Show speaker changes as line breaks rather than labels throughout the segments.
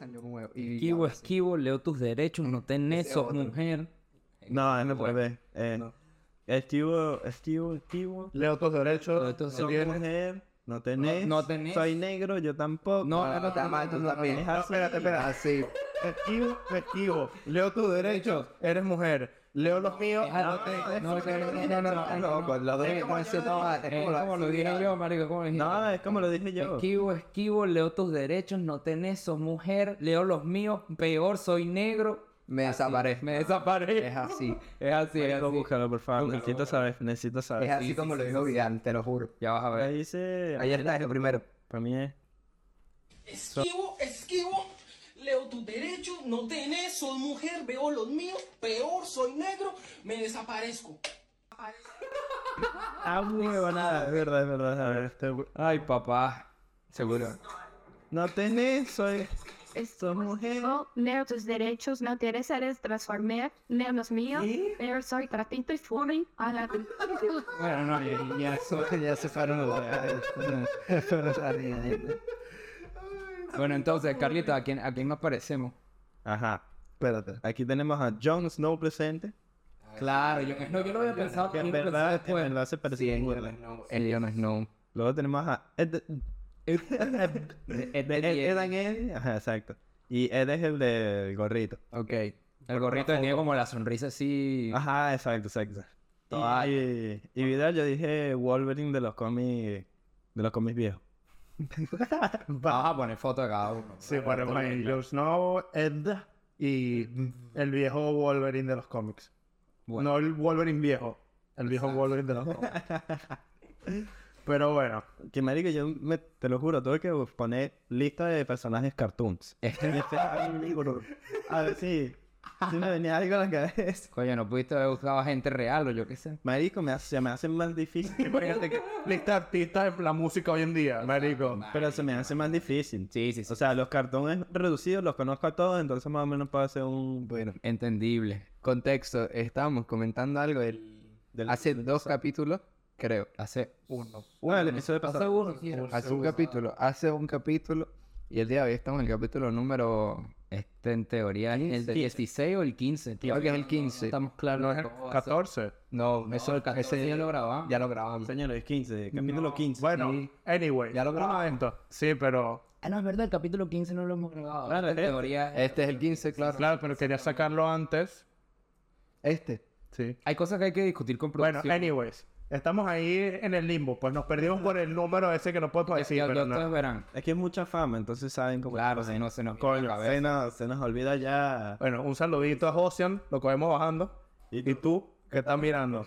año nuevo. Y
Esquivo,
ahora sí.
esquivo, leo tus derechos, no tenés,
Ese
sos
otro.
mujer.
No, es al
Bueno,
revés. Eh,
no.
Esquivo, esquivo, esquivo.
Leo tus derechos.
Lo de tus-
no
Soy
tienes-
mujer, no tenés.
No- no tenés.
Soy negro, yo tampoco.
No,
Ah,
no,
está
no,
mal, tú
no, no,
también.
no, no,
No,
no.
espérate, espérate. Así. Esquivo, esquivo. Leo tus derechos. Eres mujer. Leo los míos.
Ah,
No,
no,
te-
no,
no,
no,
no, no, no, no, no,
no.
con los dos están haciendo mal.
Es
como
como lo dije yo, marico, ¿cómo lo dijiste?
No, es como lo dije yo.
Esquivo, esquivo, leo tus derechos, no tenés, sos mujer, leo los míos, peor, soy negro.
Me desaparezco.
Me desaparezco.
Es así.
Es así, es
Marico,
así.
búscalo, por favor.
Búscalo,
necesito
búscalo.
saber, necesito
Es
saber.
así como lo dijo Vidal, te lo juro.
Ya vas a ver.
Ahí dice.
Ayer está, es lo primero.
Para mí es.
Esquivo, esquivo, leo tu derecho, no tenés, soy mujer, veo los míos, peor, soy negro, me desaparezco.
Ah, huevonada. Es verdad, es verdad. A ver, este-
Ay, papá. Seguro.
No tenés, soy. Soy mujer.
Yo leo tus derechos, no tienes eres transformar, leo los míos, pero soy tratito y fumi a la
Bueno, no, ya, ya.
Ya se fueron los
Bueno, entonces, Carlita, ¿a quién, ¿a quién más parecemos?
Ajá.
Espérate.
Aquí tenemos a Jon Snow presente.
Claro, yo, no, yo lo había pensado
Que en
yo lo pensé
verdad, en
después.
verdad se parece.
Sí,
un
en
huevo.
verdad, no. El Jon Snow.
Luego tenemos a Ed. Ed, Ed- Ed and Ed. Ajá, exacto. Y Ed es el del gorrito.
Ok. El gorrito tenía como la sonrisa así.
Ajá, exacto, exacto.
Toalla.
Y, y Vidal, yo dije Wolverine de los cómics. De los cómics viejos.
Vamos a poner foto de cada uno.
Sí, para mí, Jon Snow, Ed y el viejo Wolverine de los cómics.
Bueno.
No el Wolverine viejo, el viejo Wolverine de los cómics. Pero bueno,
Que marico, yo me- te lo juro, tuve que poner lista de personajes cartoons. a ver si. Si me venía algo a la cabeza.
Coño, no pudiste haber buscado a gente real o yo qué sé.
Marico, me hace, se me hace más difícil.
imagínate que lista de artistas de la música hoy en día, marico.
Pero se me hace más difícil.
Sí, sí, sí.
O sea, los cartones reducidos los conozco a todos, entonces más o menos puedo hacer un.
Bueno,
Entendible.
contexto, estábamos comentando algo del,
Del-
hace dos capítulos, creo.
Hace uno.
Bueno, el episodio pasado.
uno,
Hace un capítulo, hace un capítulo y el día de hoy estamos en el capítulo número
Este en teoría es el 16 o el 15, tío.
Creo que es el 15.
estamos claros. de cómo va a ser.
14.
no,
Eso el 14 ya lo grabamos.
ya lo grabamos.
Señores, 15, capítulo 15.
Bueno, anyway,
Ya lo grabamos.
uno de estos. Sí, pero
Ah, no, es verdad, el capítulo 15 no lo hemos grabado.
Claro,
en
es-
teoría.
Este es el 15, claro.
claro, pero quería sacarlo antes.
Este.
Sí.
Hay cosas que hay que discutir con
Bueno,
producción.
anyways, estamos ahí en el limbo, pues nos perdimos por el número ese que no podemos
Ya-
decir,
ya- ya
pero
ustedes
no.
verán.
Es que es mucha fama, entonces saben cómo.
Claro, si no se nos viene a la cabeza.
Se nos, se nos olvida ya.
Bueno, un saludito a Ocean, lo cogemos bajando.
Y
¿Y tú? ¿Qué estás mirando?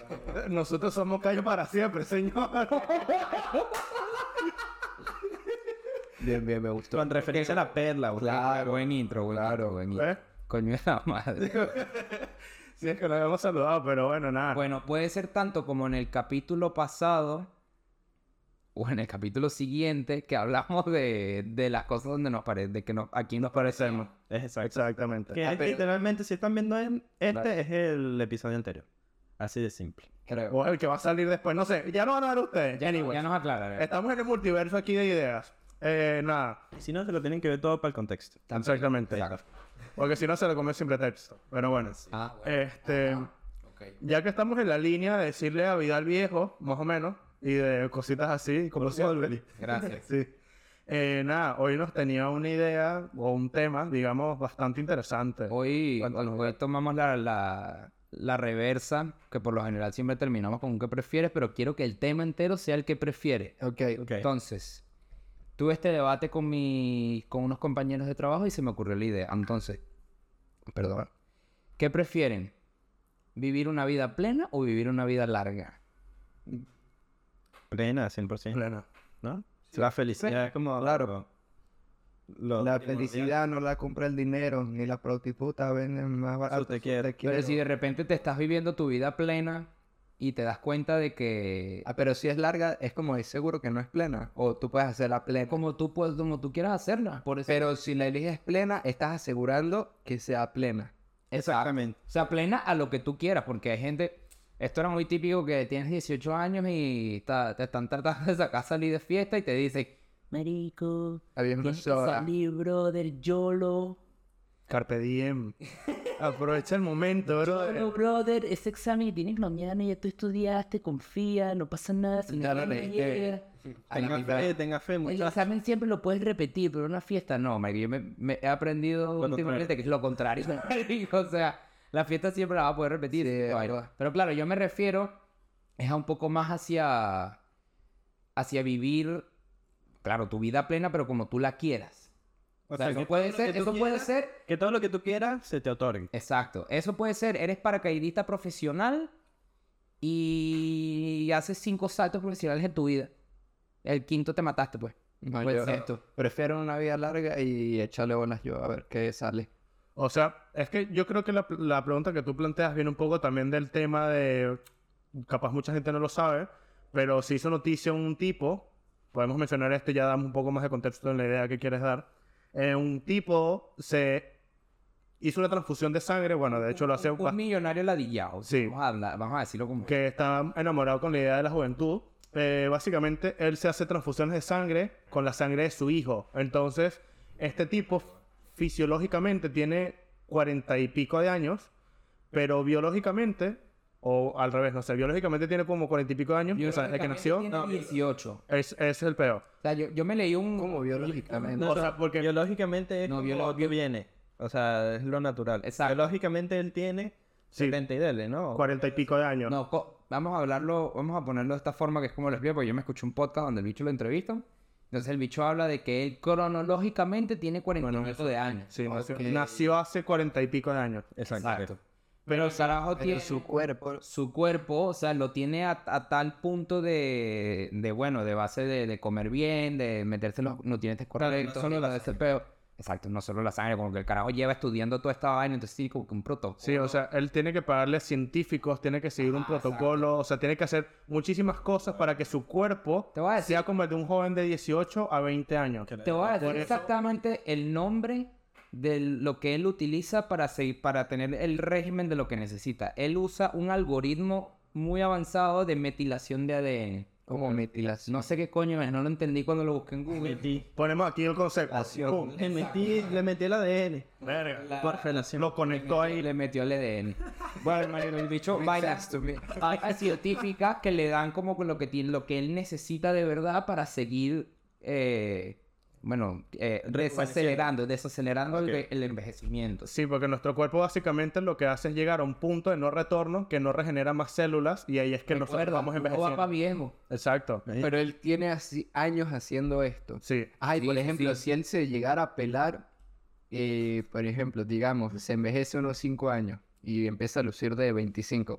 Nosotros somos callos para siempre, señor.
Bien, bien, me gustó.
Con referencia a la perla, güey.
Claro, buen intro, buen intro, buen intro.
¿Eh?
Coño de la madre.
Sí, es que lo habíamos saludado, pero bueno, nada.
Bueno, puede ser tanto como en el capítulo pasado o en el capítulo siguiente que hablamos de, de las cosas donde nos parece, de que nos, a quién nos parecemos.
Es exacto.
Exactamente.
Que es literalmente, si están viendo en- este, es el episodio anterior. Así de simple.
Creo.
O el que va a salir después, no sé. Ya no van a ver ustedes.
Ya,
Anyway,
ya nos aclararé.
pues. Estamos en el multiverso aquí de ideas. Eh, nada.
Si no, se lo tienen que ver todo para el contexto.
Exactamente. Porque si no, se lo come sin pretexto. Pero bueno.
Ah, bueno.
Este... Ya que estamos en la línea de decirle a Vidal Viejo, más o menos, y de cositas así, como Wolverine.
Gracias.
Sí. Eh, nada, hoy nos tenía una idea o un tema, digamos, bastante interesante.
Hoy, hoy tomamos la, la, la reversa, que por lo general siempre terminamos con un que prefieres, pero quiero que el tema entero sea el que prefieres.
Ok.
Ok.
Entonces, tuve este debate con, mi, con unos compañeros de trabajo y se me ocurrió la idea. Entonces, perdón. ¿Qué prefieren? ¿Vivir una vida plena o vivir una vida larga?
Plena, 100%.
Plena.
¿No? La felicidad es como. Claro.
La felicidad no la compra el dinero, ni la prostituta venden más barato.
te quiero.
Te
Pero
quiero.
si de repente te estás viviendo tu vida plena y te das cuenta de que
Ah, pero si es larga, es como es seguro que no es plena. O tú puedes hacerla plena.
como tú puedes, como tú quieras hacerla. Por eso.
Pero si la eliges plena, estás asegurando que sea plena.
Exactamente.
O sea, plena a lo que tú quieras, porque hay gente. Esto era muy típico que tienes 18 años y ta- te están tratando de sacar salir de fiesta y te dicen, Marico,
Había una
tienes que
sola.
salir, brother, YOLO.
Carpe diem. Aprovecha el momento,
YOLO,
bro.
brother, ese examen que tienes mañana ya tú estudiaste, confía, no pasa nada. Si
Ya lo
mañana
leíste.
llega.
A la
Tenga
mitad.
fe, tenga fe,
El
muchachos.
examen siempre lo puedes repetir, pero una fiesta no, marico. Yo me, me he aprendido
contrario.
últimamente que es lo contrario, marico. O sea, la fiesta siempre la vas a poder repetir. Bueno, Pero claro, yo me refiero es a un poco más hacia, hacia vivir, claro, tu vida plena, pero como tú la quieras. O sea, eso puede
todo lo
ser,
que tú
eso puede
quieras-
ser,
Que todo lo que tú quieras se te otorgue.
exacto. Eso puede ser, eres paracaidista profesional y haces cinco saltos profesionales en tu vida. El quinto te mataste, pues.
No,
Pues
yo
cierto.
prefiero una vida larga y echarle bolas yo a ver qué sale.
O sea, es que yo creo que la, la pregunta que tú planteas viene un poco también del tema de. Capaz mucha gente no lo sabe, pero se hizo noticia un tipo. Podemos mencionar esto y ya damos un poco más de contexto en la idea que quieres dar. Eh, un tipo se hizo una transfusión de sangre. Bueno, de hecho lo hace
un, un
bast-
millonario ladillado.
Sí.
Vamos a, hablar- vamos a decirlo como.
que está enamorado con la idea de la juventud. eh, básicamente, él se hace transfusiones de sangre con la sangre de su hijo. Entonces, este tipo fisiológicamente tiene cuarenta y pico de años, pero biológicamente, o al revés, no sé, biológicamente tiene como cuarenta y pico de años, o sea, desde que nació,
Tiene 18.
es, es el peor.
O sea, yo, yo me leí un.
Como biológicamente.
O sea, porque-
biológicamente es
No,
no,
biolo- bio-
viene. O sea, es lo natural.
Exacto.
Biológicamente él tiene
Sí.
70 y dele, ¿no?
Cuarenta y pico de años.
No, co- vamos a hablarlo, vamos a ponerlo de esta forma que es como lo explico, porque yo me escuché un podcast donde el bicho lo entrevistan. Entonces el bicho habla de que él cronológicamente tiene 48 de años.
Sí, nació,
Ok.
nació hace cuarenta y pico de años.
Exacto.
Pero el carajo tiene
Pero su cuerpo.
su cuerpo, o sea, lo tiene a, a tal punto de, de, bueno, de base de, de comer bien, de meterse los nutrientes correctos.
solo
y
la
todo ese peo. Exacto, no solo la sangre, como que el carajo lleva estudiando toda esta vaina, entonces sí, como que un protocolo.
Sí, o sea, él tiene que pagarle científicos, tiene que seguir un
Ajá, Ah, exacto.
protocolo, o sea, tiene que hacer muchísimas cosas para que su cuerpo
Te voy a decir-
sea como el de un joven de 18 a 20 años.
Que la-
Te voy a decir
Ah, Por eso-
exactamente el nombre de lo que él utiliza para, seguir, para tener el régimen de lo que necesita. Él usa un algoritmo muy avanzado de metilación de ADN.
Como metilación.
No sé qué coño es, no lo entendí cuando lo busqué en Google.
Metí-
Ponemos aquí el concepto.
Ah,
Pum.
Le metí, le metí el ADN.
Verga.
Por relación.
Lo conectó
Y
ahí.
le metió el ADN. Bueno, marico, el bicho vaina. Hay científicas que le dan como con lo que tiene, lo que él necesita de verdad para seguir, eh, bueno, eh, desacelerando, desacelerando el,
Ok.
el envejecimiento.
Sí, porque nuestro cuerpo básicamente lo que hace es llegar a un punto de no retorno que no regenera más células y ahí es que nosotros
Recuerda,
vamos
uno va pa'
envejeciendo.
viejo.
Exacto.
Pero él tiene así años haciendo esto.
Sí.
Ay, por
Sí,
ejemplo,
sí.
si él se llegara a pelar, eh, por ejemplo, digamos, se envejece unos 5 años y empieza a lucir de 25.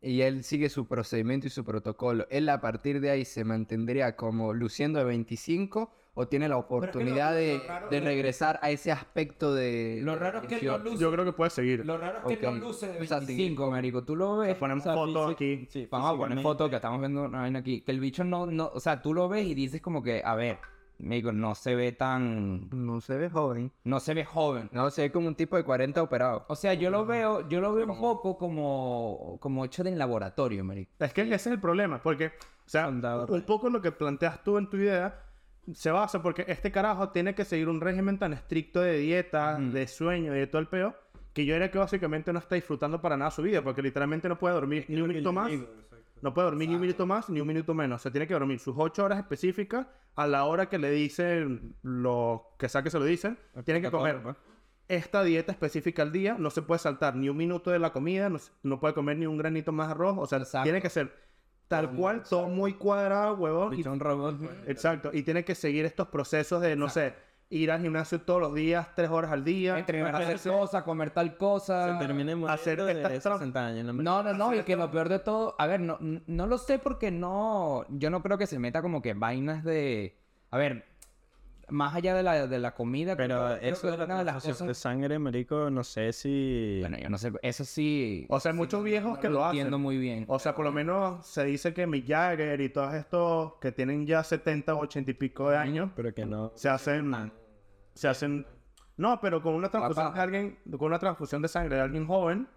Y él sigue su procedimiento y su protocolo. Él a partir de ahí se mantendría como luciendo de 25 o tiene la oportunidad de, de regresar a ese aspecto de...
Lo raro es que él no luce.
Yo creo que puede seguir.
Lo raro es que
Ok.
no luce de
O sea, sí.
25, marico. Tú lo ves.
Ponemos
o sea,
fotos
física-
aquí.
Sí,
Vamos a poner
físicamente.
fotos que estamos viendo una vaina aquí. Que el bicho no, no, o sea, tú lo ves y dices como que, a ver, marico, no se ve tan,
No se ve joven.
no se ve joven.
No, se ve como un tipo de 40 operado.
O sea, yo lo veo, yo lo veo un poco como, como hecho de en laboratorio, marico.
Es que ese es el problema, porque, o sea,
Soldado.
un poco lo que planteas tú en tu idea se basa porque este carajo tiene que seguir un régimen tan estricto de dieta, de sueño y de todo el peo, que yo era que básicamente no está disfrutando para nada su vida, porque literalmente no puede dormir ni un minuto más, no puede dormir ni un minuto más, ni un minuto menos, o sea, tiene que dormir sus ocho horas específicas a la hora que le dicen, lo que sea que se lo dicen, tiene que comer
pues.
esta dieta específica al día, no se puede saltar ni un minuto de la comida, no, se- no puede comer ni un granito más de arroz, o sea,
Exacto.
tiene que ser tal cual, todo muy cuadrado, huevón. y-
Bicho, un robot.
exacto, y tiene que seguir estos procesos de, no sé, ir al gimnasio todos los días, tres horas al día.
Entrenar
hacer-
hacer cosas, comer tal cosa.
Se termine muriendo
hacer
de
estas trampas.
60 años. No, me-
No, no, no, y que lo peor de todo, a ver, no, no lo sé porque no, yo no creo que se meta como que vainas de, a ver, más allá de la, de la comida,
Pero
creo- creo
eso
que
de la
una de las
transfusión de
cosas-
sangre, marico, no sé si...
bueno, yo no sé, eso sí,
O sea, hay muchos viejos que lo hacen.
entiendo muy bien.
O sea, por lo menos se dice que Mick Jagger y todos estos que tienen ya 70, 80 y pico de años,
pero que no...
se hacen se hacen no pero con una transfusión
Papá.
de alguien con una transfusión de sangre de alguien joven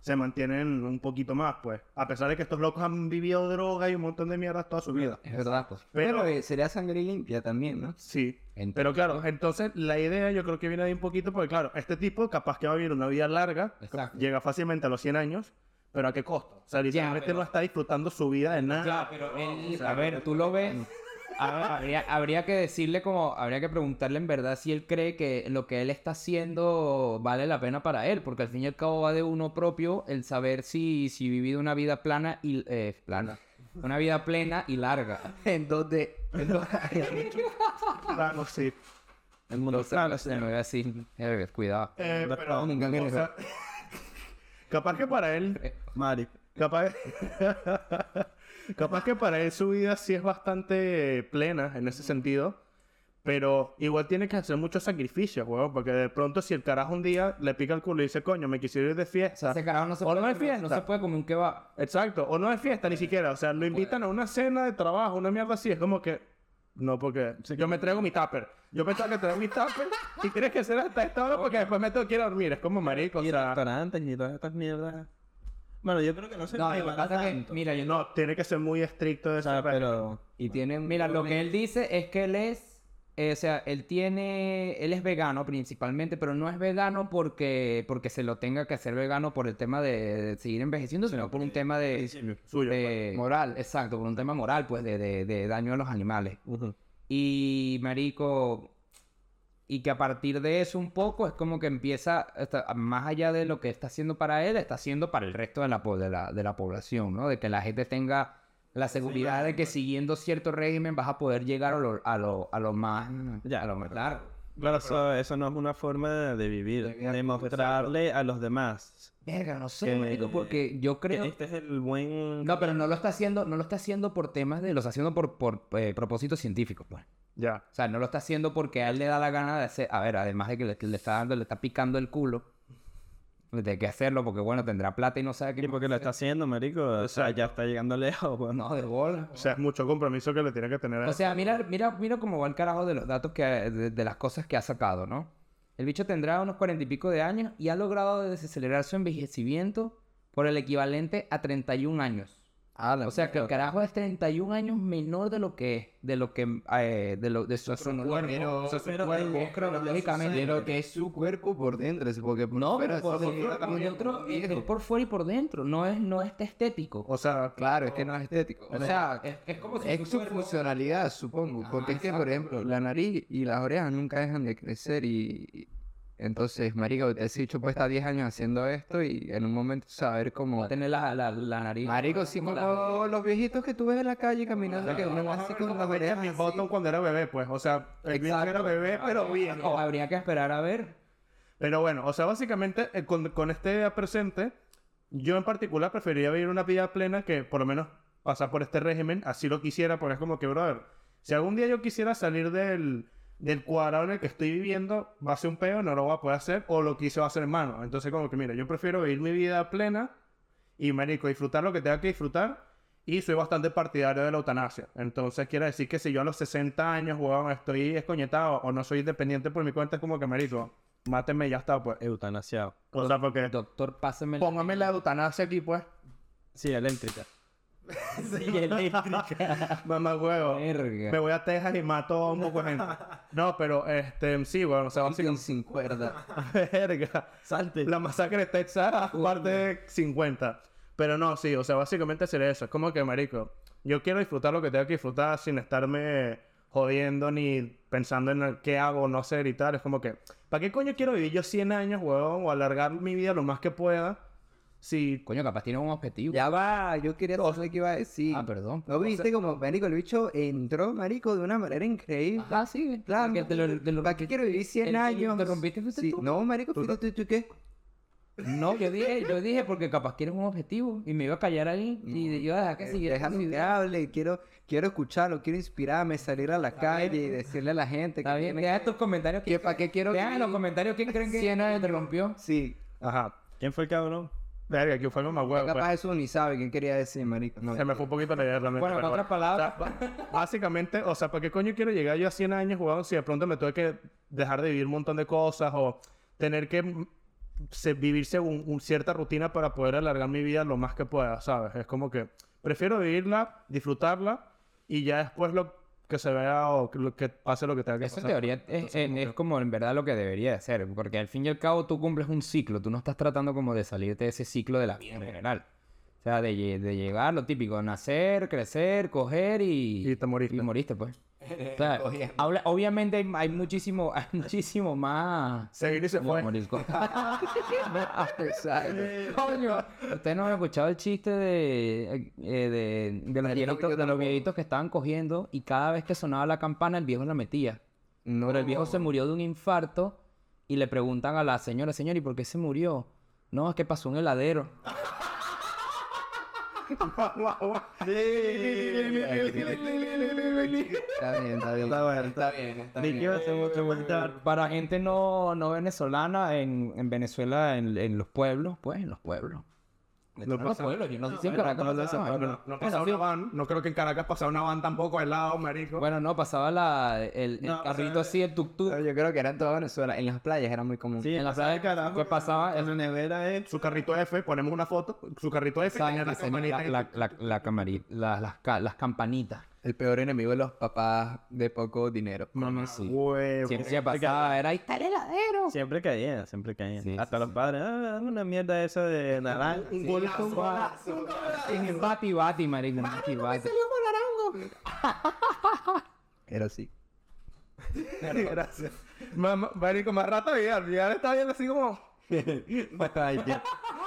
se mantienen un poquito más, pues. A pesar de que estos locos han vivido droga y un montón de mierdas toda su vida.
Es verdad, pues.
Pero-
Pero eh, sería sangre limpia también, ¿no?
Sí.
Entonces-
Pero claro, entonces la idea yo creo que viene de ahí un poquito, porque claro, este tipo capaz que va a vivir una vida larga,
Exacto.
llega fácilmente a los 100 años, pero ¿a qué costo? O sea, literalmente
pero-
no está disfrutando su vida de nada.
Ya, pero él- a ver, tú lo ves. A ver, habría, habría que decirle como, habría que preguntarle en verdad si él cree que lo que él está haciendo vale la pena para él, porque al fin y al cabo va de uno propio el saber si, si vivido una vida plana y eh, plana, una vida plena y larga.
En donde... en donde-
Claro, sí.
El mundo plano,
Se me ve así, eh, cuidado.
Eh,
No,
pero,
nunca me
o sea, capaz que para él
Mari.
Capaz, capaz que para él su vida sí es bastante eh, plena en ese sentido, pero igual tiene que hacer muchos sacrificios, weón, porque de pronto si el carajo un día le pica el culo y dice, coño, me quisiera ir de fiesta.
Ese carajo no se,
o
puede
no de
comer- no se
fiesta.
puede comer un kebab.
Exacto, o no de fiesta ni siquiera, o sea, lo invitan a una cena de trabajo, una mierda así, es como que... No, porque yo me traigo mi tupper. Yo pensaba que traigo mi tupper y tienes que ser hasta esta hora porque después me tengo que ir a dormir. Es como marico, o
y
sea...
restaurantes y todas estas mierdas. Bueno, yo creo que no se
No,
paga
lo que pasa es que,
tanto.
mira, yo no.
No, tiene que ser muy estricto de
O sea,
ese
pero...
y tienen...
Mira, lo que él dice es que él es, eh, o sea, él tiene, él es vegano principalmente, pero no es vegano porque, porque se lo tenga que hacer vegano por el tema de, de seguir envejeciendo, sino por un tema de,
principio.
suyo. pues,
de- moral, exacto, por un tema moral, pues, de, de- de daño a los animales.
Ujú.
Y marico, y que a partir de eso un poco es como que empieza, está- más allá de lo que está haciendo para él, está haciendo para el resto de la, po- de la, de la población, ¿no? De que la gente tenga la seguridad de que siguiendo cierto régimen vas a poder llegar a lo, a lo, a lo más,
Ya,
a lo más largo.
Claro, eso, eso no es una forma de vivir.
De vida,
De mostrarle a los demás
Verga, no sé,
Que-
marico, porque yo
que
creo...
este es el buen...
No, pero no lo está haciendo, no lo está haciendo por temas de, lo está haciendo por, por eh, propósitos científicos, pues.
Ya.
O sea, no lo está haciendo porque a él le da la gana de hacer. A ver, además de que le, que le está dando, le está picando el culo. pues, De que hacerlo, porque bueno, tendrá plata y no sabe qué.
Y porque lo está haciendo, marico. O sea, ya está llegando lejos. pues.
No, de bola.
O sea, es mucho compromiso que le tiene que tener. a-
O sea, mira, mira, mira cómo va el carajo de los datos que de, de las cosas que ha sacado, ¿no? El bicho tendrá unos cuarenta y pico de años y ha logrado desacelerar su envejecimiento por el equivalente a 31 años. O sea, que el carajo es 31 años menor de lo que es, de lo que, eh, de, lo, de su, cronológico-
pero-
o sea, su
pero-
cuerpo
pero-
cronológicamente.
Pero que es su cuerpo por dentro, es porque...
No,
pero
pero por, por- por dentro, eh, es- es por fuera y por dentro, no es, no es estético.
O sea,
Claro, es que no es estético.
O sea, es, es como si
Es
tu
su
cuerpo-
funcionalidad, supongo.
Pues, Ah,
Porque es que, por ejemplo, la nariz y las orejas nunca dejan de crecer y... y- Entonces, marico, ese bicho puede estar 10 pues, años haciendo esto y en un momento saber
va
cómo...
a tener la, la, la nariz.
Marico, sí,
como
como
la-
los viejitos que tú ves en la calle caminando, que uno va así con las orejas
Benjamin
así.
Button cuando era bebé, pues. O sea, el viejo
Exacto.
era bebé, pero bien.
O habría que esperar a ver.
Pero bueno, o sea, básicamente, eh, con, con esta idea presente, yo en particular preferiría vivir una vida plena que por lo menos pasar por este régimen, así lo quisiera, porque es como que, brother, si algún día yo quisiera salir del, del cuadrado en el que estoy viviendo, va a ser un peo, no lo voy a poder hacer, o lo quise va a hacer en mano. Entonces, como que, mira, yo prefiero vivir mi vida plena y, marico, disfrutar lo que tenga que disfrutar. Y soy bastante partidario de la eutanasia. Entonces, quiere decir que si yo a los 60 años, weón, estoy escoñetado o no soy independiente por mi cuenta, es como que, marico, máteme y ya está, pues.
Eutanasiado.
O sea, porque
Doctor, pásame la-
póngame la eutanasia aquí, pues.
Sí, eléctrica.
Mamá huevo.
Verga.
Me voy a Texas y mato a un poco de gente. No, pero este, sí, bueno, o sea, vamos
Sin, sin cuerda.
a verga.
Salte.
La masacre de Texas, parte de 50. Pero no, sí, o sea, básicamente sería eso. Es como que, marico, yo quiero disfrutar lo que tengo que disfrutar sin estarme jodiendo ni pensando en el qué hago, no sé, y tal. Es como que, ¿para qué coño quiero vivir yo 100 años, huevón? O alargar mi vida lo más que pueda. Si...
Coño, capaz tiene un objetivo.
Ya va, yo quería saber qué iba a decir.
Ah, perdón.
¿No viste como, marico, el bicho entró, marico, de una manera increíble?
Ah, sí.
Claro,
que te lo- te lo-
¿Para qué quiero vivir 100
el que
años?
interrumpiste fuiste
Sí,
tú.
No, marico, fíjate tú qué.
No, yo dije, yo dije porque capaz quieres un objetivo. Y me iba a callar ahí y yo iba a dejar que siguiera.
Déjame
con su
Eh, que
idea.
hable, quiero, quiero escucharlo, quiero inspirarme, salir a la calle y decirle a la gente
Está
que
bien,
tiene
deja tus comentarios.
que- que para qué quiero
Deja en los
vivir.
comentarios quién creen que
100
años te rompió.
Sí,
Ajá.
¿Quién fue el cabrón?
Verga, aquí fue mi mamá huevo. pues.
capaz eso ni sabe qué quería decir, marico. No,
Se me fue un poquito la idea realmente.
Bueno,
pero
en otras palabras-
O sea, ba- básicamente, o sea, ¿para qué coño quiero llegar yo a 100 años, jugando si de pronto me tuve que dejar de vivir un montón de cosas o tener que mm, se- vivir según un- cierta rutina para poder alargar mi vida lo más que pueda, ¿sabes? Es como que prefiero vivirla, disfrutarla y ya después lo que se vea o que, lo que pase lo que tenga que
Eso en
pasar.
teoría es, es- es como en verdad lo que debería de ser, porque al fin y al cabo tú cumples un ciclo, tú no estás tratando como de salirte de ese ciclo de la vida en general. O sea, de, lle- de llegar, lo típico, nacer, crecer, coger y...
Y te moriste.
Y moriste, pues. O sea, habla- obviamente hay, hay muchísimo, hay muchísimo más...
Se vino y se
No,
fue.
morir, co-
Exacto.
Coño, ustedes no han escuchado el chiste de, eh, de, de los, viejitos, de los viejitos que estaban cogiendo y cada vez que sonaba la campana el viejo la metía.
No,
Pero el viejo se murió de un infarto y le preguntan a la señora, señor, ¿y por qué se murió? No, es que pasó un heladero.
Está bien, está bien.
Está bueno,
Está bien, está bien.
Nicky va a ser mucho más tarde.
Para gente no, no venezolana, en, en Venezuela, en, en los pueblos, pues en los pueblos.
No
En los
pasa-
pueblos, yo no sé si en Caracas
No, no,
pasa esa
no,
vaina.
no, no
Bueno,
pasaba
sí.
una van. No creo que en Caracas pasara una van tampoco al lado, marico.
Bueno, no, pasaba la, el, el
No, pasaba-
carrito así, el tuk-tuk.
Yo creo que era en toda Venezuela. En las playas era muy común.
Sí,
en la
pasaba
playa de
el
Caracas pasaba
En la nevera
eh.
es...
su carrito F, ponemos una foto, su carrito F,
Saben
tenía
que
la
se- la-
campanita ahí.
la- la- la camari- la- las ca- las
Eh,
campanitas.
El peor enemigo de los papás de poco dinero.
Mamá,
sí.
huevo.
Siempre se pasaba, era ahí está el heladero.
Siempre caían, siempre caían.
Sí,
Hasta
sí,
los padres, ah, dame una mierda esa de naranja.
Un golazo.
En bati bati, marico, en bati bati.
Era así.
Gracias. Mamá, marico, más rato Vidal. Vidal está viendo así como...
Ay, qué-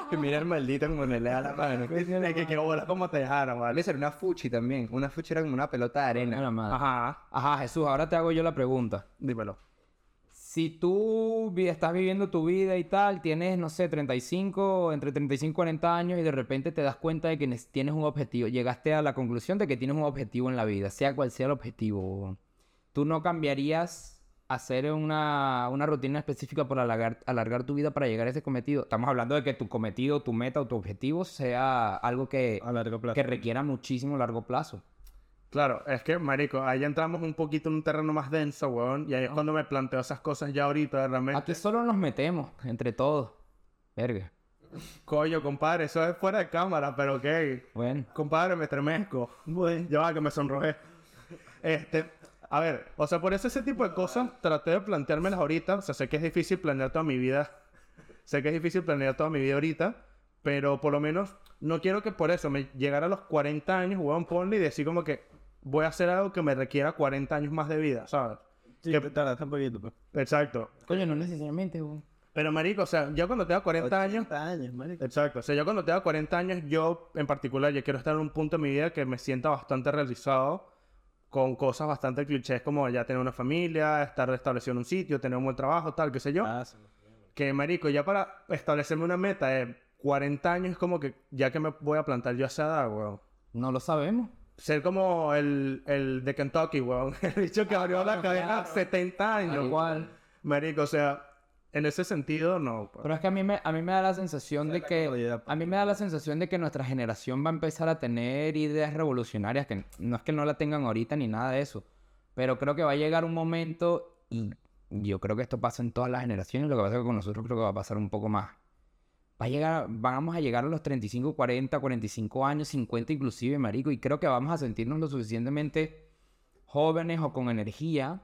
que mira el maldito como le da la mano.
Es que qué bola, cómo te dejaron,
A
¿vale?
veces era una fuchi también. Una fuchi era como una pelota de
A
arena.
la madre.
Ajá.
Ajá, Jesús, ahora te hago yo la pregunta.
Dímelo.
Si tú vi- estás viviendo tu vida y tal, tienes, no sé, 35, entre 35 y 40 años y de repente te das cuenta de que nes- tienes un objetivo, llegaste a la conclusión de que tienes un objetivo en la vida, sea cual sea el objetivo, huevón. ¿tú no cambiarías hacer una, una rutina específica para alargar, alargar tu vida para llegar a ese cometido? Estamos hablando de que tu cometido, tu meta o tu objetivo sea algo que,
A largo plazo.
que requiera muchísimo largo plazo.
Claro, es que, marico, ahí entramos un poquito en un terreno más denso, weón. Y ahí es cuando me planteo esas cosas ya ahorita, realmente.
Aquí solo nos metemos, entre todos. Verga.
Coño, compadre, eso es fuera de cámara, pero ok.
Bueno.
Compadre, me estremezco.
Bueno.
Ya va, que me sonrojé. Este, a ver, o sea, por eso ese tipo de cosas traté de planteármelas ahorita. O sea, sé que es difícil planear toda mi vida. Sé que es difícil planear toda mi vida ahorita. Pero por lo menos no quiero que por eso me llegara a los 40 años, weón, ponle y decir como que voy a hacer algo que me requiera 40 años más de vida, ¿sabes?
Sí,
que-
te tardaste un poquito, pues.
Exacto.
Coño, no necesariamente, weón.
Pero marico, o sea, yo cuando tenga 40 años,
80 años, marico.
Exacto. O sea, yo cuando tenga 40 años, yo en particular, yo quiero estar en un punto de mi vida que me sienta bastante realizado con cosas bastante clichés como ya tener una familia, estar establecido en un sitio, tener un buen trabajo, tal, qué sé yo.
Ah, sí.
Que, marico, ya para establecerme una meta de 40 años es como que ya que me voy a plantar yo a esa edad, weón.
No lo sabemos.
Ser como el, el de Kentucky, weón. El bicho que abrió la cadena a 70 años.
Igual.
Marico, o sea, en ese sentido, no. pues.
Pero es que a mí me, a mí me da la sensación de
la
que...
comodidad,
A mí me da la sensación de que nuestra generación va a empezar a tener ideas revolucionarias que no es que no la tengan ahorita ni nada de eso. Pero creo que va a llegar un momento y yo creo que esto pasa en todas las generaciones. Lo que pasa es que con nosotros creo que va a pasar un poco más. Va a llegar, vamos a llegar a los 35, 40, 45 años, 50 inclusive, marico. Y creo que vamos a sentirnos lo suficientemente... jóvenes o con energía,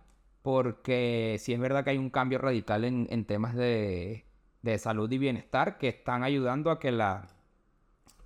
porque sí es verdad que hay un cambio radical en, en temas de, de salud y bienestar que están ayudando a que la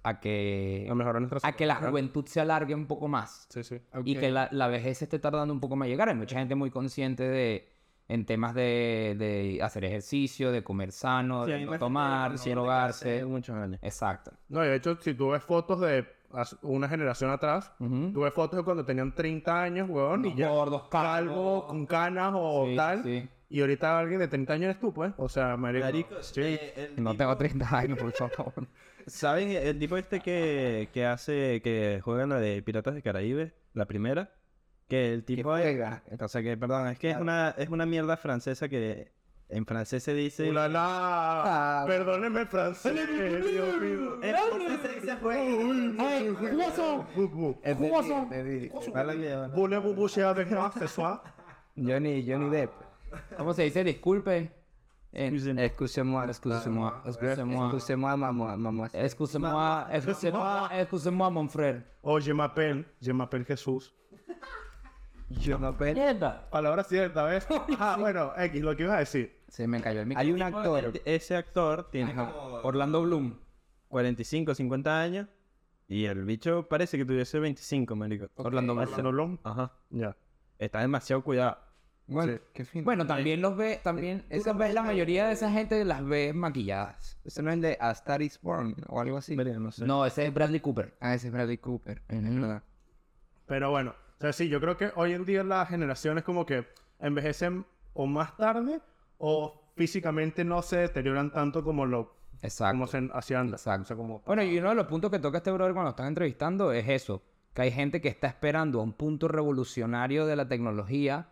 a que
A mejorar nuestra
a que la juventud se alargue un poco más
Sí, sí.
y que la, la vejez se esté tardando un poco más en llegar. Hay mucha gente muy consciente de en temas de, de hacer ejercicio, de comer sano,
Sí,
de
hay
no
más
tomar,
gente
sin
que no
drogarse.
hace muchos años.
Exacto.
No, y de hecho, si tú ves fotos de as- una generación atrás,
Ujú.
tú ves fotos de cuando tenían 30 años, weón, y
Unos
ya
gordos, calvos.
calvo, con canas o
Sí,
tal.
sí.
Y ahorita alguien de 30 años eres tú, pues. O sea, marico.
Marico, eh, el
No
tipo-
tengo 30 años, por favor.
¿Saben el tipo este que, que hace, que juega en la de Piratas de Caraíbe, la primera? Que el tipo es-
juega.
o sea que, perdón, es que es una, es una mierda francesa que en francés se dice...
Ulala.
Ah.
Perdónenme el francés, Dios mío.
En francés se dice juega.
Bubu.
Es de- de- de-
Mala idea, ¿no?
Bubu, bubu, se ha dejado accessoire.
Johnny, Johnny Depp.
¿Cómo se dice? Disculpe.
Eh,
En-
Excusez-moi.
Excusez-moi.
Excusez-moi, excusez-moi.
Excusez-moi, maman- maman.
Eh, Excusez-moi, excusez-moi, excusez-moi, mon frère.
O je m'appelle, je m'appelle Jesús.
Je m'appelle-
Mierda.
Palabra cierta, ¿ves? Ah, bueno, X, lo que ibas a decir.
Se me cayó el micro.
Hay un actor.
E- Ese actor tiene
Ajá.
como
Orlando Bloom.
45, 50 años. Y el bicho parece que tuviese 25, marico.
Orlando Bloom.
Marcelo Long.
Ajá.
Ya.
Está demasiado cuidado.
Bueno, Eh,
Sí.
qué fin.
Bueno, también los ve, también, esas ves, la mayoría de esa gente las ve maquilladas.
Ese no es el de A Star is Born o algo así.
Verga, no sé.
No, ese es Bradley Cooper.
Ah, ese es Bradley Cooper. ¿verdad?
Pero bueno, o sea, sí, yo creo que hoy en día las generaciones como que envejecen o más tarde o físicamente no se deterioran tanto como lo
Exacto.
como se hacía antes.
Exacto.
O sea, como...
Bueno, y uno de los puntos que toca este brother cuando lo están entrevistando es eso, que hay gente que está esperando a un punto revolucionario de la tecnología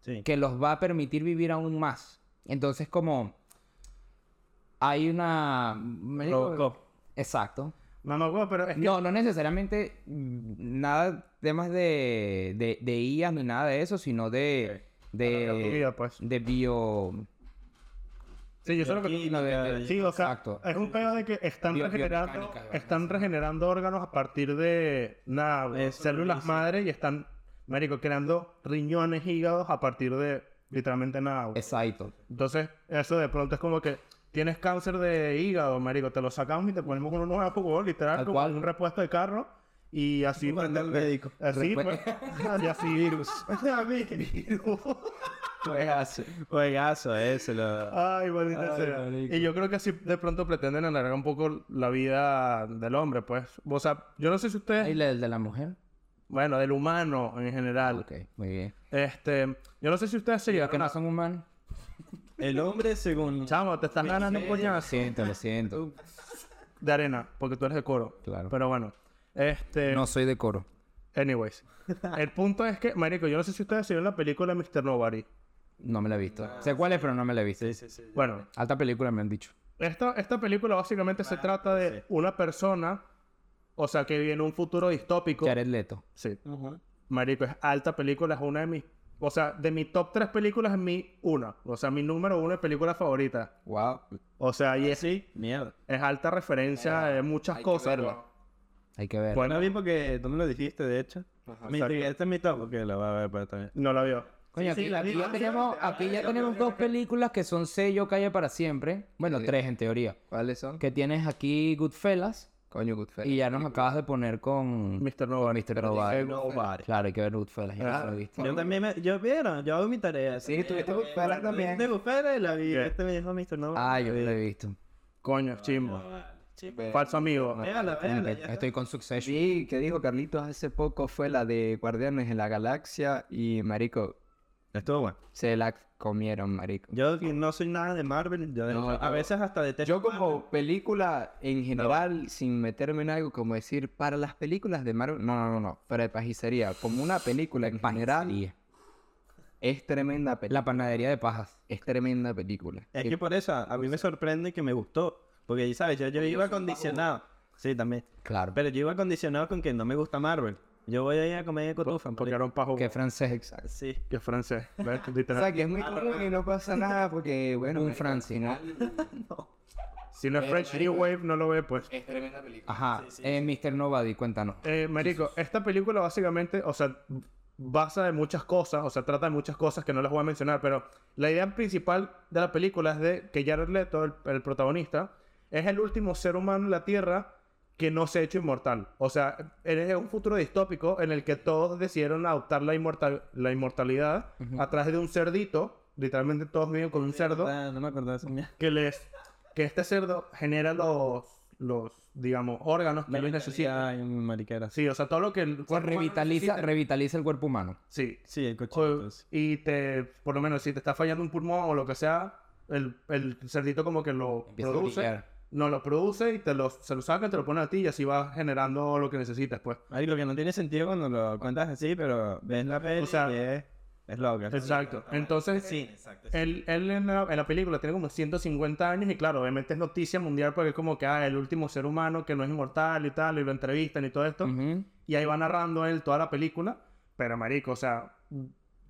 Sí.
que los va a permitir vivir aún más. Entonces, como hay una... me digo-
Robocop.
Exacto.
Mamá, huevo, pero es que...
No, no necesariamente mm, nada, temas de, de, de IA ni nada de eso, sino de...
creatividad,
De,
pues.
de bio...
Sí, yo solo que...
Aquí no
de-
veo-
de-
Sí, o sea,
Exacto.
es un pedo de que están
Bio-
regenerando,
biomecánica,
están regenerando órganos a partir de nada,
Eso
células
dice.
madre y están, marico, creando riñones, hígados a partir de literalmente nada. güey.
Exacto.
Entonces, eso de pronto es como que tienes cáncer de hígado, marico, te lo sacamos y te ponemos con unos nuevo huevón, literal,
Tal
como
cual.
un repuesto de carro y así. pues, eh,
Cuando el médico.
Así,
Respu-
pues, y así virus.
Juegazo.
Juegazo ese, lo...
Ay, maldita
Ay,
sea.
marico.
Y yo creo que así de pronto pretenden alargar un poco la vida del hombre, pues. O sea, yo no sé si ustedes,
¿Y el de la mujer?
bueno, del humano en general.
Ok, muy bien.
Este, yo no sé si ustedes se
¿Que
llegaron
no
a...
son humanos?
El hombre según...
Chamo, te están ganando un
Lo
puñazo.
siento, lo siento.
de arena, porque tú eres de coro.
Claro.
Pero bueno, este.
No soy de coro.
Anyways, el punto es que, marico, yo no sé si ustedes vieron la película Mr. Nobody.
No me la he visto. sé cuál es, pero no me la he visto.
Sí, sí, sí.
Bueno,
Alta película me han dicho.
esta, esta película básicamente se trata de una persona, o sea, que vive en un futuro distópico.
Jared Leto.
Sí. Marico, es alta película, es una de mis. O sea, de mi top tres películas es mi una. O sea, mi número uno de película favorita.
Wow.
O sea,
Ah,
y es,
Mierda.
es alta referencia de muchas cosas.
Hay que ver.
Bueno,
Bueno, bien porque tú me lo dijiste, de hecho. Mi- este es mi top, porque lo va a ver para también.
no la vio.
Coño, aquí, aquí
Ah,
ya tenemos, aquí ya tenemos dos películas que son sello calle para siempre. Bueno,
Sí.
tres en teoría.
¿Cuáles son?
Que tienes aquí Goodfellas
Coño, Goodfellas.
y ya nos acabas de poner con
Mr. Nobody.
Mr. Robot.
Nobody.
Claro, hay que ver Goodfellas. Yo no lo he visto.
Yo también me... Yo, ¿vieron? Yo hago mi tarea.
Sí, tuviste Goodfellas también.
Te gustara y la vi.
¿Qué?
Este me dijo Mr. No.
Ah, yo no lo he visto.
Coño, es chimbo.
Ah,
Falso amigo.
Véala,
Como
véala.
que
ya está.
Estoy con Succession.
Sí, que dijo Carlitos hace poco fue la de Guardianes en la Galaxia y Marico,
Estuvo bueno.
se la comieron, Marico.
Yo que no soy nada de Marvel. yo de-
No,
a
yo-
veces hasta detesto.
Yo como película en general, sin meterme en algo, como decir, para las películas de Marvel, no, no, no, no, para de pajicería, como una película en general,
Panadería.
es tremenda película.
La panadería de pajas.
Es tremenda película.
Es que por eso a mí me sorprende que me gustó. Porque, ¿sabes? Yo, yo iba condicionado. Sí, también.
Claro.
Pero yo iba condicionado con que no me gusta Marvel. Yo voy a ir a comer cotufa.
Porque era un pajo.
Que francés, exacto.
Sí.
Que es francés. ¿Ves?
O
Literal.
sea, que es muy común y no pasa nada porque, bueno,
Un
al
Francis.
final
Si no es French New Wave, no lo ve, pues.
Es tremenda película.
Ajá. Eh, Mr. Nobody, cuéntanos.
Eh, marico, esta película básicamente, o sea, basa de muchas cosas, o sea, trata de muchas cosas que no las voy a mencionar, pero la idea principal de la película es de que Jared Leto, el, el protagonista, es el último ser humano en la Tierra que no se ha hecho inmortal. O sea, es un futuro distópico en el que todos decidieron adoptar la, inmortal, la inmortalidad a través de un cerdito, literalmente todos viven con un cerdo,
Ah, no me acordaba de esa mierda.
que les que este cerdo genera los los digamos órganos que ellos necesitan.
Ay, un mariquera. Sí,
Sí, o sea, todo lo que el
Pues
cuerpo humano
revitaliza,
necesita.
revitaliza el cuerpo humano.
Sí.
sí el
O-
cochito. sí.
y te por lo menos si te está fallando un pulmón o lo que sea, el, el cerdito como que lo
Empieza a
produce,
brillar.
no lo produce y te lo se lo saca, te lo pone a ti y así vas generando lo que necesitas, pues.
Marico, que no tiene sentido cuando lo cuentas así, pero ves la peli
O sea,
y es, es loca.
Exacto. Entonces,
Sí, exacto.
Él, él en, la, en la película tiene como 150 años y claro, obviamente es noticia mundial porque es como que ah, el último ser humano que no es inmortal y tal, y lo entrevistan y todo esto.
Ujú.
Y ahí va narrando él toda la película. Pero, marico, o sea,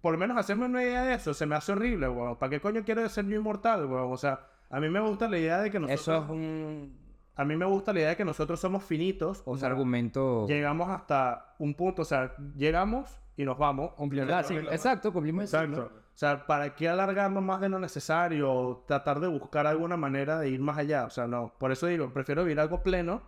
por lo menos hacerme una idea de eso, se me hace horrible, weón. ¿Para qué coño quiero ser yo inmortal, weón? O sea, a mí me gusta la idea de que nosotros...
Eso es un,
A mí me gusta la idea de que nosotros somos finitos. O
un
sea,
argumento...
llegamos hasta un punto, o sea, llegamos y nos vamos.
Cumplimos- Ah, sí, exacto, cumplimos el
Exacto.
ciclo.
O sea, ¿para qué alargarnos más de lo necesario? O tratar de buscar alguna manera de ir más allá. O sea, no. Por eso digo, prefiero vivir algo pleno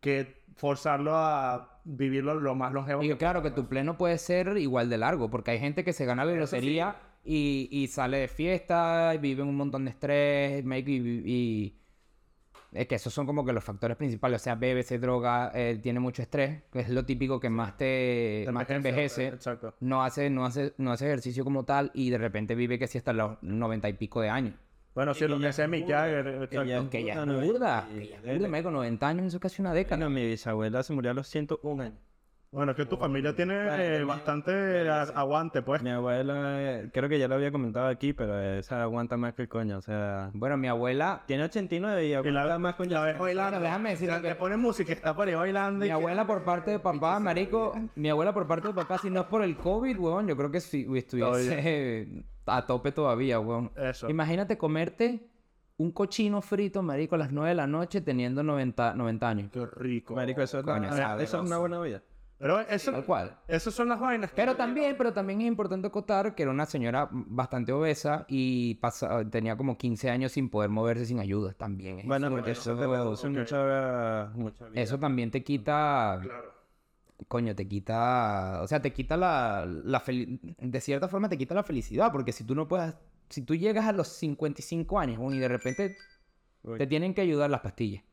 que forzarlo a vivirlo lo más longevo.
Y
que-
claro que tu pleno puede ser igual de largo, porque hay gente que se gana la lotería y, y sale de fiesta, y vive un montón de estrés, make- y, y- Es que esos son como que los factores principales, o sea, bebe, se droga, eh, tiene mucho estrés, que es lo típico que más te, más te envejece,
eh, Exacto.
no hace, no, hace, no hace ejercicio como tal y de repente vive que sí hasta los noventa y pico de años.
Bueno, sí,
Y
lo
que
que
ya
sea
es
Mick
burda,
Jagger.
que ya
exacto.
es
Que ya es
Bueno,
burda,
y-
que ya es burda, marico, 90 años, eso es casi una década.
Bueno, mi bisabuela se murió a los 101 años.
Bueno, es que tu familia tiene eh,
tenía-
bastante a- aguante, pues.
Mi abuela, eh, creo que ya lo había comentado aquí, pero esa aguanta más que el coño. O sea,
Bueno, mi abuela,
tiene 89 y aguanta más que
La ves bailando.
Pero déjame decirte
Le
que-
pone música, está por ahí bailando.
Mi
y que-
abuela por parte de papá, marico, mi abuela por parte de papá, si no es por el COVID, weón, yo creo que si estuviese a tope todavía, weón.
Eso.
Imagínate comerte un cochino frito, marico, a las 9 de la noche teniendo 90, 90 años.
Qué rico.
Marico, eso, es
Coño,
una-
sabroso.
eso es una buena vida.
Pero eso,
Tal cual.
esas son las vainas.
Pero también, pero también es importante acotar que era una señora bastante obesa y pasa- tenía como 15 años sin poder moverse sin ayuda también. es-
Bueno, porque
eso,
eso te reduce
ok.
mucha, mucha vida.
eso también te quita...
Claro.
coño, te quita, o sea, te quita la, la fel- de cierta forma te quita la felicidad, porque si tú no puedes, si tú llegas a los 55 años weón, y de repente
Uy.
te tienen que ayudar las pastillas,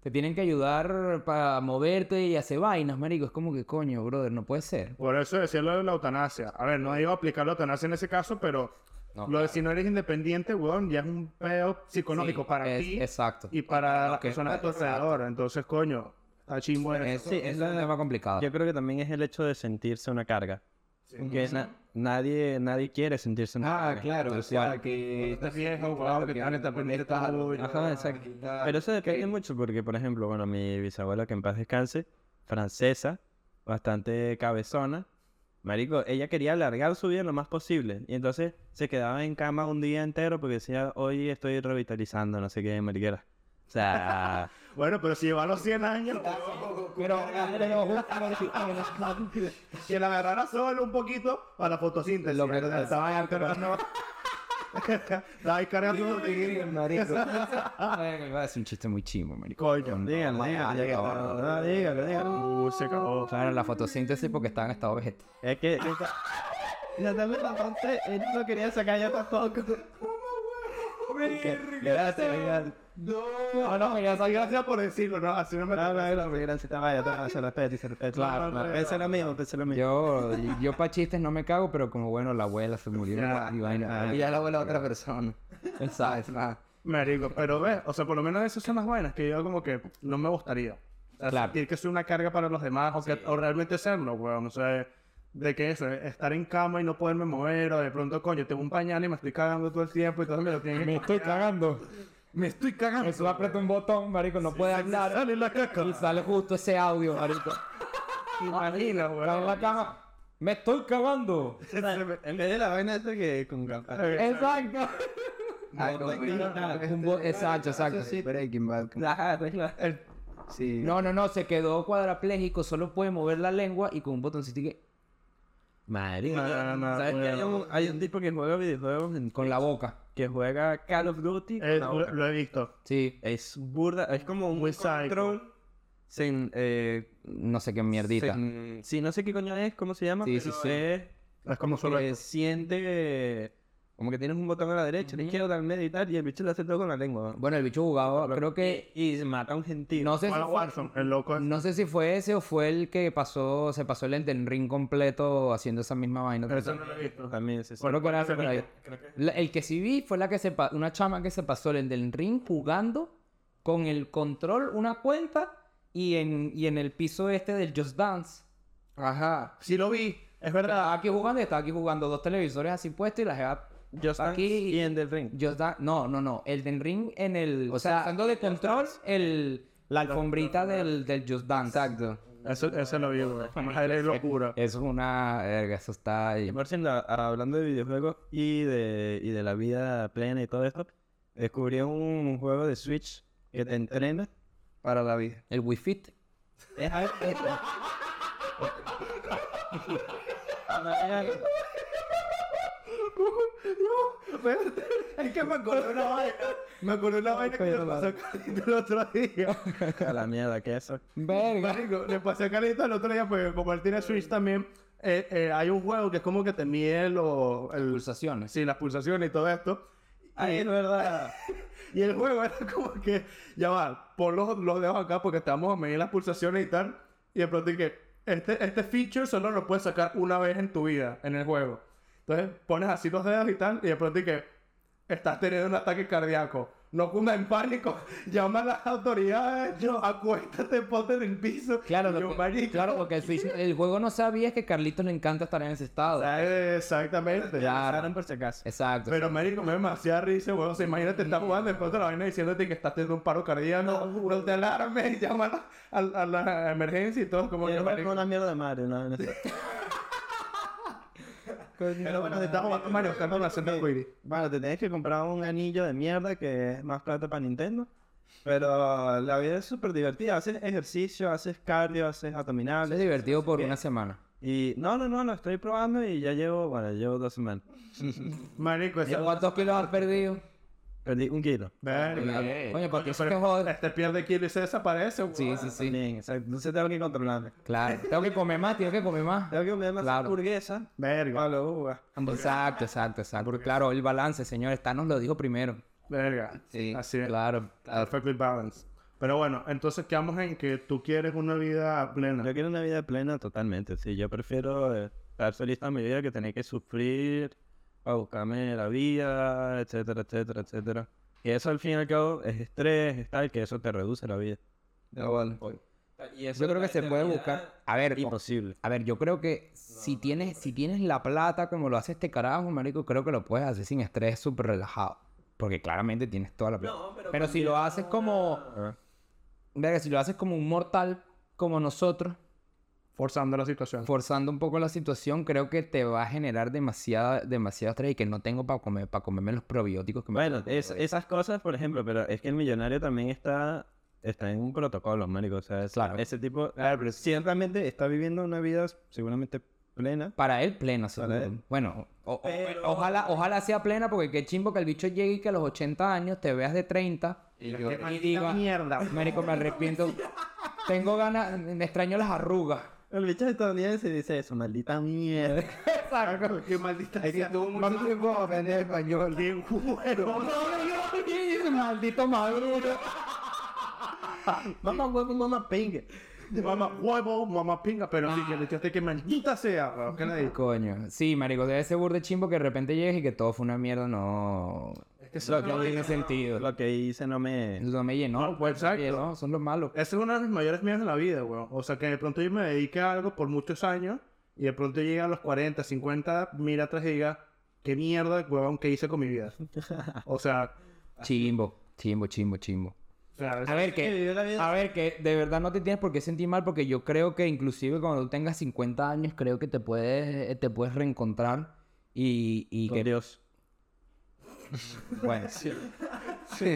te tienen que ayudar para moverte y hacer vainas, marico, es como que coño, brother, no puede ser.
Por eso decía lo de la eutanasia. A ver, no iba a aplicar la eutanasia en ese caso, pero
No,
lo de
claro.
si no eres independiente, weón, ya es un pedo psicológico
Sí,
para
es-
ti
Exacto.
y para las
Ok,
personas a tu
exacto.
alrededor. Entonces, coño, a chimbo
Es,
eso.
Sí, es
es
la-
un tema complicado.
Yo creo que también es el hecho de sentirse una carga. Que na- nadie, nadie quiere sentirse una
Ah,
carga.
claro, o sea, que
estás viejo, guau, que tal, estás pendiente, estás orgulloso.
Ajá, exacto. Pero eso depende mucho porque, por ejemplo, bueno, mi bisabuela, que en paz descanse, francesa, bastante cabezona, marico, ella quería alargar su vida lo más posible. Y entonces se quedaba en cama un día entero porque decía, hoy estoy revitalizando, no sé qué, mariquera. O sea,
Bueno, pero si lleva a los 100 años,
Pero,
que la agarrara solo un poquito para la fotosíntesis.
Lo que-
estaba ahí cargando. Estaba ahí cargando.
es un chiste muy chimo, marico.
Coño.
díganlo, díganlo, díganlo, no, díganlo, díganlo.
Uh, se cagó.
Claro, la fotosíntesis porque estaba en estado vegetal.
Es que... Ya también entonces, él no quería sacar yo tampoco. Gracias, gracias.
No, no, gracias por decirlo, ¿no? Así no me
No, no, no, gracias, te vaya, te vaya, se respeta, se respeta.
Claro, claro.
Pensé lo mismo, pensé lo mismo.
Yo, yo para chistes no me cago, pero como bueno, la abuela se murió. y vaina.
Y ya la abuela a otra persona. ¿Sabes? Nada.
Marico, pero ves, o sea, por lo menos esas son las vainas que yo como que no me gustaría. O sea,
Claro.
Sentir que soy una carga para los demás o, que, o realmente serlo, weón. O sea, de que eso, estar en cama y no poderme mover o de pronto, coño, tengo un pañal y me estoy cagando todo el tiempo y todo me lo tienen que...
estoy cagando.
Me estoy cagando.
Eso aprieta un botón, marico, no puede
Me
hablar.
sale la caca.
Y sale justo ese audio, marico.
Imagina,
Está en
weón.
la caja. Me estoy cagando.
En vez de la vaina esa que con campana.
Exacto.
Ay, no,
Un bo- Exacto, exacto.
Sí, Breaking Bad. Sí.
No, no, no, se quedó cuadraplégico, solo puede mover la lengua y con un botoncito que...
Marico.
No, no, no,
¿Sabes que hay
bueno.
un, hay un tipo que juega videojuegos en-
con la boca.
que juega Call of Duty? con
Eh,
la
lo,
boca?
lo he visto.
Sí,
Es burda, es como un
Muy
control sin eh
no sé qué mierdita.
sin- sí, no sé qué coño es, cómo se llama,
Sí, sí,
pero
sí.
es
Es como solo...
que siente como que tienes un botón a la derecha, a la izquierda, al medio y tal, y el bicho lo hace todo con la lengua.
Bueno, el bicho jugaba, creo que...
Y se mata a un gentío.
No sé si
Bueno,
fue-
Watson, el loco.
No sé si fue ese o fue el que pasó, se pasó el Elden Ring completo haciendo esa misma vaina.
Eso no lo he visto.
También se
Creo que era
ese
por ahí. La- el que sí vi fue la que se pa- una chama que se pasó el Elden Ring jugando con el control, una cuenta y en, y en el piso este del Just Dance.
Ajá. Sí lo vi. Es
Estaba
verdad.
aquí jugando y estaba aquí jugando dos televisores así puestos y la jeva
Just
pa'
aquí
aquí
y en Del Ring.
Just Dance. No, no, no. Elden Ring en el. O sea, usando de control el. La alfombrita del, del Just Dance.
Exacto.
Eso, eso lo vi, güey. Madre locura.
Eso es una... verga, Eso está... ahí.
Y por cierto, a- hablando de videojuegos y de, y de la vida plena y todo esto, descubrí un juego de Switch que te entrena
Para la vida.
El Wii Fit.
Es algo- es-
Es que me acordé una vaina. Me acordé una vaina que le pasó a Carlito el otro día.
A la mierda, que eso.
Verga.
Marico, le pasé a Carlito el otro día, pues como él tiene Switch también, eh, eh, hay un juego que es como que te mide los... el-
Pulsaciones.
sí, las pulsaciones Ah, y todo esto.
Ay, es verdad.
Y el juego era como que, ya va, pon los, los dedos acá porque estamos a medir las pulsaciones y tal. Y de pronto dije, este, este feature solo lo puedes sacar una vez en tu vida, en el juego. Entonces pones así los dedos y tal, y de pronto dije, estás teniendo un ataque cardíaco. No cunda en pánico, llama a las autoridades, acuéstate, ponte en el piso.
Claro,
Y yo,
lo que-
"Marico".
claro, porque el, Switch- el juego no sabía que a Carlitos le encanta estar en ese estado.
Eh, Exactamente.
Claro.
Por si acaso.
Exacto.
Pero marico, me da demasiada risa, weón. O sea, imagínate,
Mm.
estás jugando después de la vaina diciéndote que estás teniendo un paro cardíaco. No, te alarmes, llama a la, a, a la emergencia y todo. Como que,
Es
marico,
una mierda de madre, no, no sé.
Pero bueno, te estás jugando Mario Kart con la senda arcoíris.
Bueno, te tenés que comprar un anillo de mierda que es más plata para Nintendo. Pero la vida es súper divertida. Haces ejercicio, haces cardio, haces
Eso es
abdominales.
divertido por una semana.
Y no, no, no, lo estoy probando y ya llevo, bueno, llevo dos semanas.
Marico,
¿Y
esa...
¿Cuántos kilos has perdido?
Perdí un kilo.
Verga.
Coño, porque eso es que
Pero
joder.
Este pierde kilo y se desaparece, weón.
Sí, sí, sí.
Bien, exacto. Entonces tengo que controlarme.
Claro. Tengo que comer más, tengo que comer más.
Tengo que comer más
Claro.
hamburguesa
Verga.
para luego jugar.
Exacto, exacto, exacto. Claro, el balance, señores. Thanos lo dijo primero.
Verga.
Sí,
Así es.
Claro.
Perfectly balanced. Pero bueno, entonces quedamos en que tú quieres una vida
Yo
plena.
quiero una vida plena totalmente, sí. Yo prefiero eh, estar feliz a mi vida que tener que sufrir para buscarme la vida, etcétera, etcétera, etcétera. Y eso al fin y al cabo es estrés, es tal, que eso te reduce la vida.
no vale.
Y eso
Yo creo que se puede buscar. A ver, con-
Imposible.
a ver, yo creo que si tienes, si tienes la plata como lo hace este carajo, marico, creo que lo puedes hacer sin estrés, súper relajado. Porque claramente tienes toda la plata. pero si lo haces como. Verga, si lo haces como un mortal como nosotros,
Forzando la situación.
forzando un poco la situación, creo que te va a generar demasiada, demasiado estrés y que no tengo para comer, para comerme los probióticos que me
Bueno, es- esas cosas, por ejemplo, pero es que el millonario también está, está en un protocolo, marico. O sea, es-
Claro.
ese tipo, claro, pero ciertamente está viviendo una vida seguramente plena.
Para él plena, seguro.
él.
Bueno, o- o- ojalá, ojalá sea plena porque qué chimbo que el bicho llegue y que a los 80 años te veas de 30
Y yo,
y diga,
mierda.
Américo, me arrepiento. Tengo ganas, me extraño las arrugas.
El bicho estadounidense dice eso, maldita mierda.
Exacto. Qué maldita
es que
sea.
tuvo mucho tiempo para aprender español.
Qué bueno.
Maldito maduro.
Mamá huevo, mamá pinga.
Mamá huevo, mamá pinga, pero sí que le echaste que maldita sea. weón, que nadie-
Coño. Sí, marico, debe ser burde chimbo que de repente llegues y que todo fue una mierda. No.
Lo
No
que,
tiene sentido.
lo que hice no me...
No me llenó.
No, pues,
no me
exacto.
llenó, Son los malos.
Esa es una de mis mayores miedos en la vida, weón. O sea, que de pronto yo me dedique a algo por muchos años y de pronto llega a los 40, 50, mira atrás y diga, qué mierda, weón, que hice con mi vida. O sea,
Chimbo, chimbo, chimbo, chimbo.
o sea,
A ver,
que vivió la
que,
vida.
a ver, que de verdad no te tienes por qué sentir mal porque yo creo que inclusive cuando tú tengas 50 años creo que te puedes, eh, te puedes reencontrar y, y
Con
que...
Dios.
Bueno, Sí,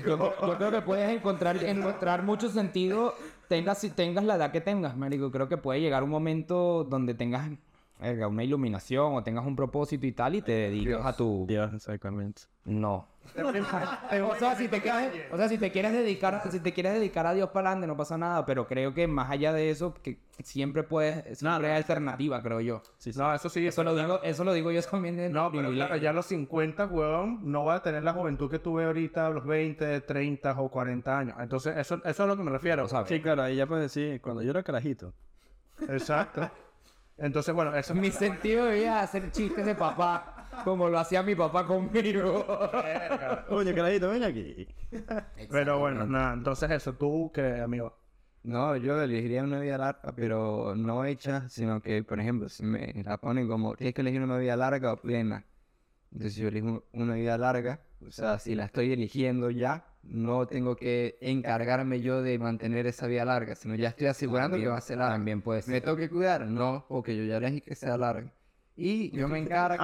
yo, yo creo que puedes encontrar, encontrar mucho sentido tengas, si tengas la edad que tengas, marico. Creo que puede llegar un momento donde tengas verga, una iluminación o tengas un propósito y tal y te dediques a tu...
Dios, exactamente.
No. O sea, si te quieres, o sea, si te quieres dedicar, si te quieres dedicar a Dios para adelante, no pasa nada. Pero creo que más allá de eso, que siempre puedes, siempre hay alternativa, creo yo.
no, eso sí,
Eso lo digo, eso lo digo yo también. de
No, pero
privilegio.
claro, ya a los 50, weón, no va a tener la juventud que tuve ahorita a los 20, 30 o 40 años. Entonces, eso, eso es a lo que me refiero.
O sea,
Sí, claro, ahí ya puedes decir, cuando yo era carajito.
Exacto. Entonces, bueno, eso
mi sentido de vida es hacer chistes de papá, como lo hacía mi papá conmigo.
Oye, carajito, ven aquí.
Pero bueno, nada, entonces eso, tú que, amigo.
No, yo elegiría una vida larga, pero no hecha, sino que, por ejemplo, si me la ponen como, tienes que elegir una vida larga o plena. Entonces yo elijo una vida larga, o sea, si la estoy eligiendo ya, no tengo que encargarme yo de mantener esa vida larga, sino ya estoy asegurando que va a ser larga.
También puede
¿Me
ser.
tengo que cuidar? No, porque yo ya elegí que sea larga. Y yo me encargo.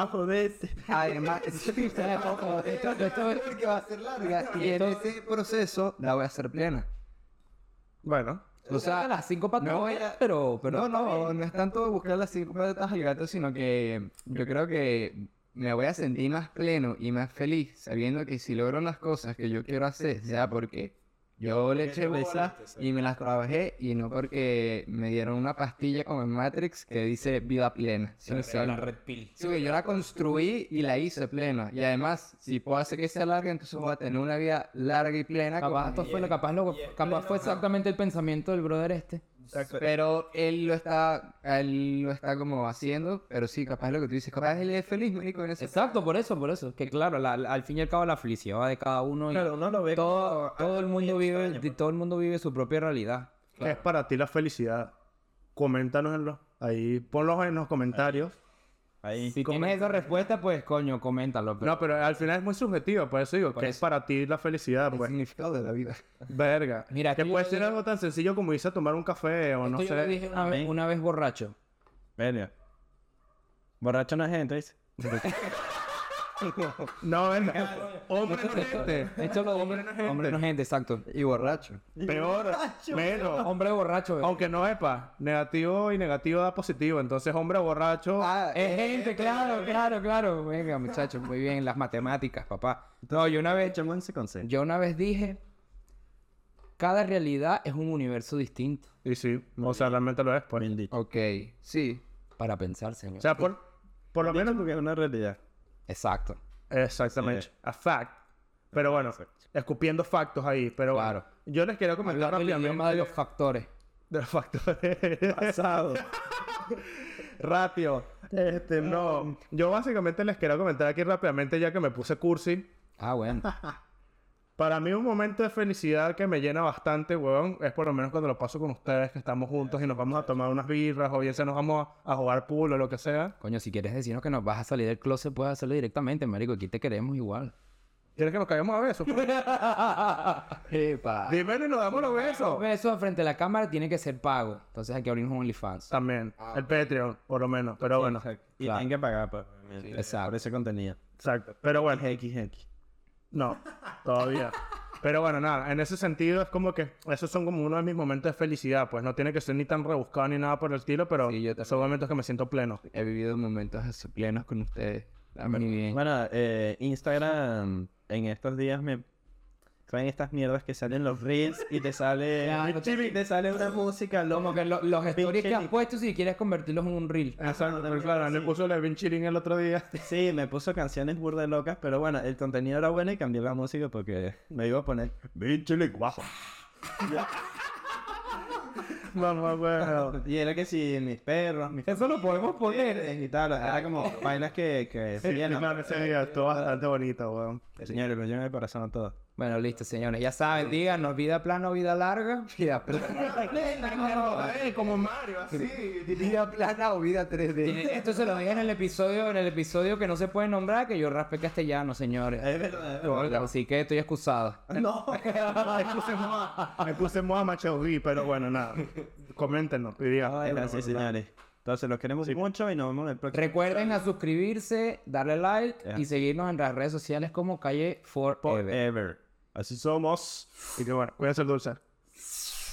Además, esto, esto es porque va a ser larga y en ese proceso la voy a hacer plena.
Bueno,
O sea,
las cinco patas,
no voy a-
pero,
No,
pero
no, no es tanto buscar las cinco patas al gato, sino que yo creo que me voy a sentir más pleno y más feliz sabiendo que si logro las cosas que yo quiero hacer, sea porque yo le eché bolas y me las trabajé y no porque me dieron una pastilla como en Matrix que dice vida plena. sino que
la red pill.
Sí, güey, yo la construí y la hice plena. Y además, si puedo hacer que sea larga, entonces voy a tener una vida larga y plena. como-
Capaz, esto fue, lo- capaz, lo- capaz fue exactamente el pensamiento del brother este.
Pero él lo está, él lo está como haciendo, pero sí, capaz lo que tú dices, capaz él es feliz, marico, en ese
Exacto, por eso, por eso. Que claro, la- la- al fin y al cabo la felicidad va de cada uno y
Claro, uno lo ve
todo,
como
todo el
algo muy
mundo vive,
extraño,
todo el mundo vive su propia realidad.
¿Qué es para ti la felicidad? Coméntanoslo ahí, ponlos en los comentarios.
Ahí.
Si tienes esa respuesta, pues coño, coméntalo. pero-
No, pero al final es muy subjetivo, por eso digo,
Por
¿qué es
eso.
para ti la felicidad?
el
Pues,
significado de la vida.
verga.
Mira,
que
aquí yo
puede
le
ser
digo-
algo tan sencillo como irse a tomar un café o no
Esto yo lo
sé.
dije una vez,
Amén.
una vez borracho.
Verga. Borracho no es gente, ¿viste?
No, verga. Hombre no gente.
Esto lo hombre no gente. Hombre no gente, exacto.
Y borracho.
Peor, menos.
Hombre borracho. eh. bebé.
Aunque no epa, negativo y negativo da positivo. Entonces, hombre borracho.
Ah,
Es gente, claro, claro, claro. Venga, muchachos, muy bien, las matemáticas, papá. No, yo una vez,
Echamos ese consejo.
yo una vez dije, cada realidad es un universo distinto
Y sí, o sea, realmente lo es. pues.
Bien dicho.
ok, sí.
para pensar,
O
señor.
sea, por, por lo
Dicho
menos.
porque es una realidad.
Exacto.
Exactamente.
Sí.
A fact. Pero bueno, escupiendo factos ahí. Pero bueno,
Claro.
yo les quería
Pues
comentar
Hablando el idioma de los factores.
De los factores pasados. Ratio. Este, no. Yo básicamente les quiero comentar aquí rápidamente, ya que me puse cursi.
Ah, bueno.
Para mí, un momento de felicidad que me llena bastante, huevón, es por lo menos cuando lo paso con ustedes, que estamos juntos y nos vamos a tomar unas birras, o bien se nos vamos a, a jugar pool o lo que sea.
Coño, si quieres decirnos que nos vas a salir del closet, puedes hacerlo directamente, marico. Aquí te queremos igual.
¿Quieres que nos caigamos a besos?
Epa.
Dímelo y nos damos los besos.
Los besos frente a la cámara tiene que ser pago. Entonces hay que abrir un OnlyFans.
También. El Patreon, por lo menos. Pero bueno.
Y
Claro.
tienen que pagar pues,
Exacto.
por ese contenido.
Exacto. Pero bueno.
X, X.
No, todavía. Pero bueno, nada, en ese sentido es como que esos son como uno de mis momentos de felicidad, pues no tiene que ser ni tan rebuscado ni nada por el estilo, pero
Sí, yo también.
son momentos que me siento pleno.
He vivido momentos así plenos con ustedes. Muy bien.
Bueno, eh, Instagram en estos días me traen estas mierdas que salen los reels y te sale
Ya, no te-
te sale una música
Como
lomo
que lo- los stories que has
Pinche-
puesto, si quieres convertirlos en un reel.
Exacto, pero claro, le puso Levin Chilling el otro día.
Sí, me puso canciones burda locas, pero bueno, el contenido era bueno y cambié la música porque me iba a poner Bichile guajo.
Mamá, weón.
Y era que si mis perros, mis Eso lo podemos poner y tal, era como vainas que que
Sí,
llenan.
claro, ese día estuvo bastante bonito, weón.
Señores, me llena el corazón a todos.
Bueno, listo, señores. Ya saben, díganos, vida plana o vida larga.
Vida plana.
como Mario, así.
Vida plana o vida 3D.
Esto se lo dije en el episodio, en el episodio que no se puede nombrar, que yo raspé castellano, señores.
Es verdad,
Así que estoy excusado.
No.
me puse moa, me puse moa macho gui, pero bueno, nada. Coméntenos, y digan,
Gracias, señores. Entonces, los queremos mucho y nos vemos en el próximo.
Recuerden a suscribirse, darle like
Ya.
y seguirnos en las redes sociales como Calle Forever.
Forever. Así somos.
Y que bueno, voy a hacer dulce.